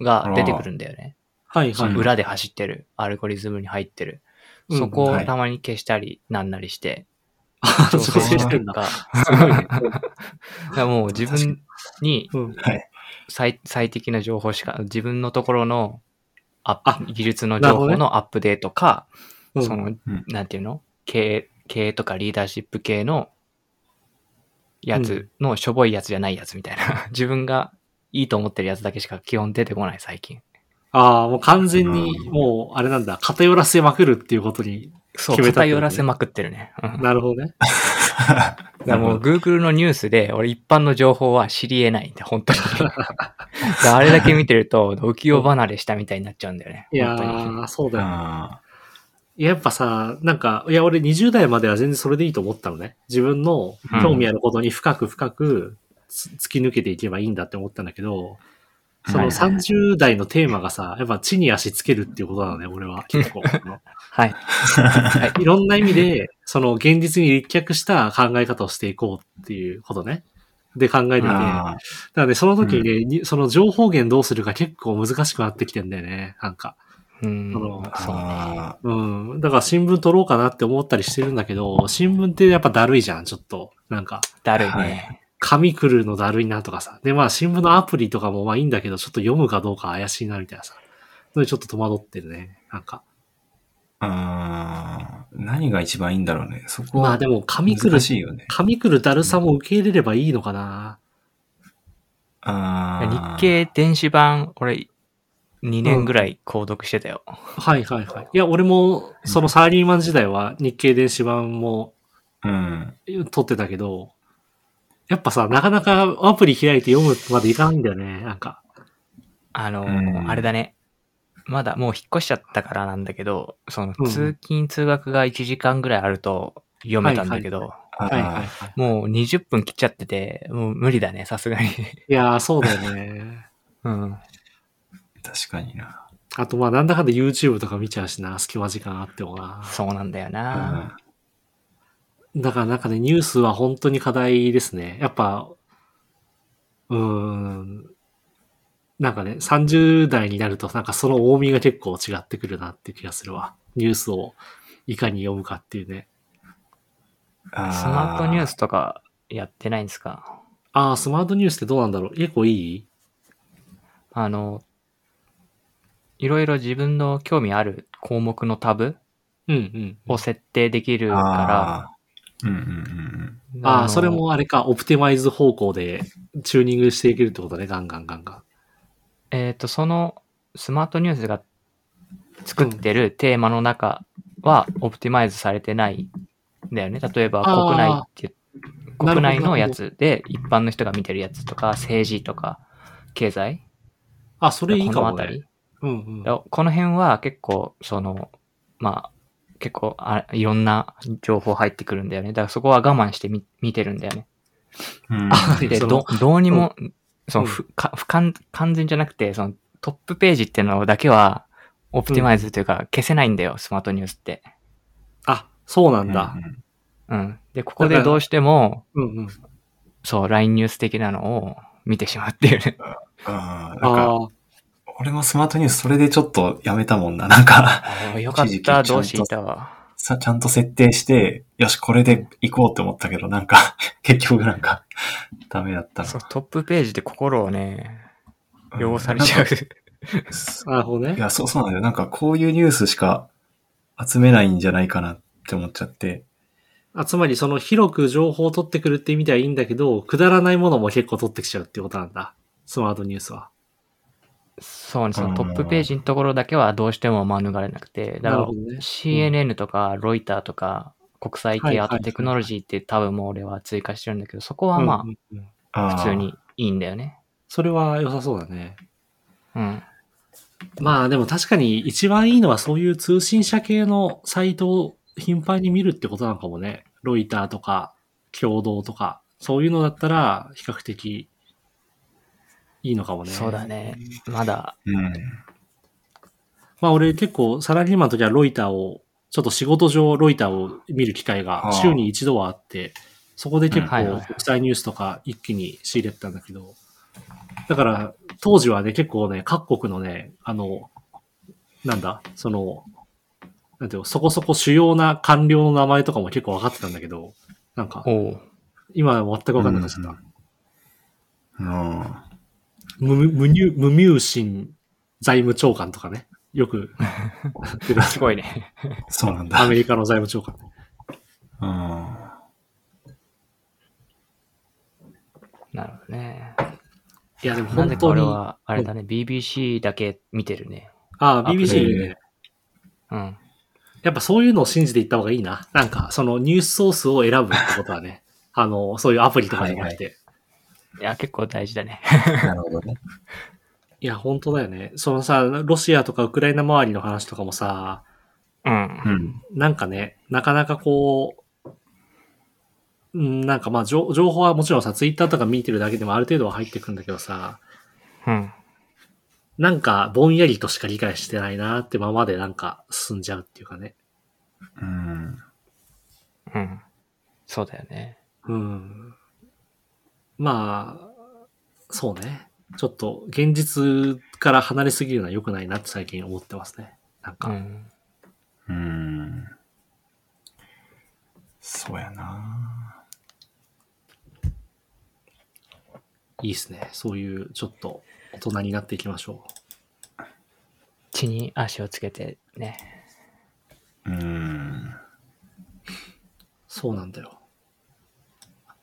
が出てくるんだよね。はいそはい。のうん裏で走ってる、アルゴリズムに入ってる。うんそこをはいたまに消したり、なんなり して、あ調そう整ししててんるだ。か。すごい ね。だからもう自分にうん。はい。最最適な情報しか、自分のところのアあップ技術のなる情ほどね報のアップデートか、うんその、なんていうの経営、経営とかリーダーシップ系のやつのしょぼいやつじゃないやつみたいな。 自分がいいと思ってるやつだけしか基本出てこない最近。ああ、もう完全に、もう、あれなんだ、偏らせまくるっていうことに、そう、決めたってこ偏とねらせまくってるね。うんなるほどね。だからもう Google のニュースで、俺一般の情報は知り得ないんで、本 当に。だからあれだけ見てると、浮世離れしたみたいになっちゃうんだよね。いや本当にー、そうだよね。あいややっぱさ、なんか、いや、俺20代までは全然それでいいと思ったのね。自分の興味あることに深く深くつ突き抜けていけばいいんだって思ったんだけど、そのはいはいはい30代のテーマがさ、やっぱ地に足つけるっていうことなのね、俺は結構。そのはい。 はいいろんな意味で、その現実に立脚した考え方をしていこうっていうことね。で考えてて。だかあらね、その時にね、にその情報源どうするか結構難しくなってきてんだよね、なんか。うんそのーそうね。あうん。だから新聞取ろうかなって思ったりしてるんだけど、新聞ってやっぱだるいじゃん、ちょっと。なんか、だるいはね。紙来るのだるいなとかさ。で、まあ新聞のアプリとかもまあいいんだけど、ちょっと読むかどうか怪しいなみたいなさ。のでちょっと戸惑ってるね。なんか。ーあー何が一番いいんだろうね。そこまあはでも紙来る難、しいよね。紙来るだるさも受け入れればいいのかな。ああ日経電子版、俺、2年ぐらい購読してたよ。はいはいはい。いや、俺も、そのサラリーマン時代は日経電子版もうん。撮ってたけど、やっぱさ、なかなかアプリ開いて読むまでいかないんだよね。なんか。あの、うんあれだね。まだもう引っ越しちゃったからなんだけど、そのうん通勤通学が1時間ぐらいあると読めたんだけど、あーはいはいはい。もう20分切っちゃってて、もう無理だね、さすがに。いやー、そうだよね。うん。確かにな。あと、まあ、なんだかんだ YouTube とか見ちゃうしな、隙間時間あってもな。そうなんだよな。だからなんかね、ニュースは本当に課題ですね。やっぱ、うーん、なんかね、30代になると、なんかその重みが結構違ってくるなって気がするわ。ニュースをいかに読むかっていうね。スマートニュース。スとかやってないんですかああ、スマートニュースってどうなんだろう結構いいあの、いろいろ自分の興味ある項目のタブうんうん。を設定できるから、あーうんうんうんああ、のそれ。もあれか、オプティマイズ方向でチューニングしていけるってことね、ガンガンガンガン。えっ、と、そのスマートニュースが作ってるテーマの中はオプティマイズされてないんだよね。例えばあー国内って、なるほど国内のやつで一般の人が見てるやつとか、政治とか、経済あ、それいいこかのも、あね。たり。うんうん。だこの辺は結構、その、まあ、結構あ、いろんな情報入ってくるんだよね。だからそこは我慢してみ見てるんだよね。うん。うんあで、 そどの、どうにも、その、うんふ、か、不完、完全じゃなくて、その、トップページっていうのだけは、オプティマイズというか、消せないんだよ、スマートニュースって。あ、そうなんだ。うん。で、ここだかでらどうしても、うんうん。そう、LINE ニュース的なのを見てしまっているね。あーなんか、ああ、俺もスマートニュースそれでちょっとやめたもんな。なんか、ああ、よかっ一時期ちゃた、んとどうしていたわ。さ、ちゃんと設定して、よし、これで行こうって思ったけど、なんか、 結局なんか、ダメだったなそう、トップページで心をね、うん汚されちゃう。なるほどいね。や、そう、そうなんだよ。なんか、こういうニュースしか集めないんじゃないかなって思っちゃって。あつまり、その広く情報を取ってくるって意味ではいいんだけど、くだらないものも結構取ってきちゃうってことなんだ。スマートニュースは。そうね、そうんのトップページのところだけはどうしても免れなくて、だかなるらほどね。 CNN とかロイターとか国際はい系はいあとテクノロジーって多分もう俺は追加してるんだけど、そこはうまんうんうんああー普通。にいいんだよね。それは良さそうだね。うん。まあでも確かに一番いいのはそういう通信社系のサイトを頻繁に見るってことなのかもね。ロイターとか、共同とか、そういうのだったら比較的いいのかもね。そうだね。まだ、うん。まあ俺結構サラリーマンの時はロイターをちょっと仕事上ロイターを見る機会が週に一度はあって、そこで結うんはいはいは構い国際ニュースとか一気に仕入れてたんだけど、だから当時はね、結構ね、各国のね、あの、なんだ、その、なんていうの、そこそこ主要な官僚の名前とかも結構分かってたんだけど、なんか、おう今は全く分かんなくなっちゃった。ああ。無無入無入信財務長官とかね、よく出たすごいね。 そうなんだ。アメリカの財務長官。あなるほどね。いや、でもなんで本か当俺に、は、あれだね、BBC だけ見てるね。ああ、アプリ BBC ね、へうん。やっぱそういうのを信じていった方がいいな。なんか、そのニュースソースを選ぶってことはね、 あの、そういうアプリとかじゃなくて。いいや、結構大事だね。あ。なるほどね。や、本当だよね。そのさ、ロシアとかウクライナ周りの話とかもさ、うんう。ん。なんかね、なかなかこう、うんなんかまあ、情情報はもちろんさ、ツイッターとか見てるだけでもある程度は入ってくんだけどさ、うん。なんかぼんやりとしか理解してないなってままでなんか進んじゃうっていうかね。うん。うん。そうだよね。うん。まあ、そうね。ちょっと現実から離れすぎるのは良くないなって最近思ってますね。なんうか、ん。うん。そうやな。いいですね。そういう、ちょっと大人になっていきましょ血に足をつけてね。うん。う。そうなんだよ。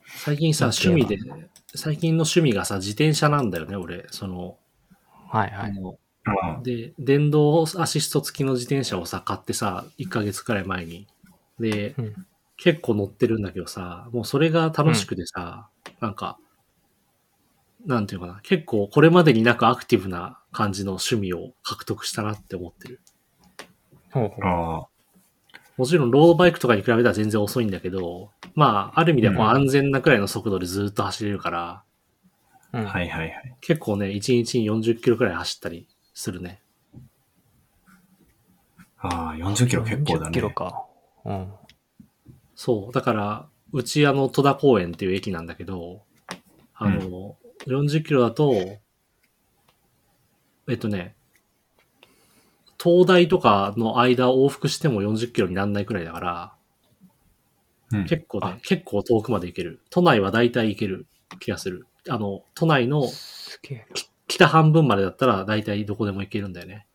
最近さ、趣味で、最近の趣味がさ、自転車なんだよね、俺。その、はいはあい。のあで、電動アシスト付きの自転車をさ、買ってさ、1ヶ月くらい前に。で、うん。結構乗ってるんだけどさ、もうそれが楽しくてさ、なんか、なんていうのかな、結構これまでになくアクティブな感じの趣味を獲得したなって思ってる。ほうほう。ああ。もちろんロードバイクとかに比べたら全然遅いんだけど、まあ、ある意味ではこううん安全なくらいの速度でずーっと走れるから、うんはいはいはい。結構ね、1日に40キロくらい走ったりするね。ああ、40キロ結構だ40ね。キロか。うん。そう。だから、うちあの、戸田公園っていう駅なんだけど、あの、40キロだと、えっとね、東大とかの間往復しても40キロにならないくらいだから、うん。結構あね、結構遠くまで行ける。都内は大体行ける気がする。あの、都内のすげえ。北半分までだったら大体どこでも行けるんだよね。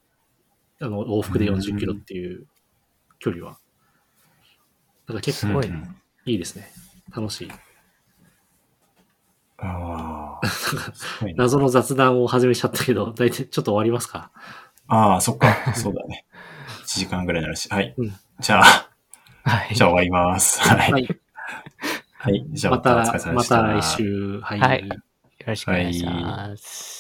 あの、往復で40キロっていう距離は。だから結うん構ごいうんいいですね。楽しい。ああ。すごいね謎の雑談を始めちゃったけど、大体ちょっと終わりますか。ああ、そっか。 そうだね。1時間ぐらいになるし。はいうん。じゃあ、はい。じゃあ終わります。はい。い。はい。じゃあままたお疲たれ様、でました。た来週。はいよろしくお願いします。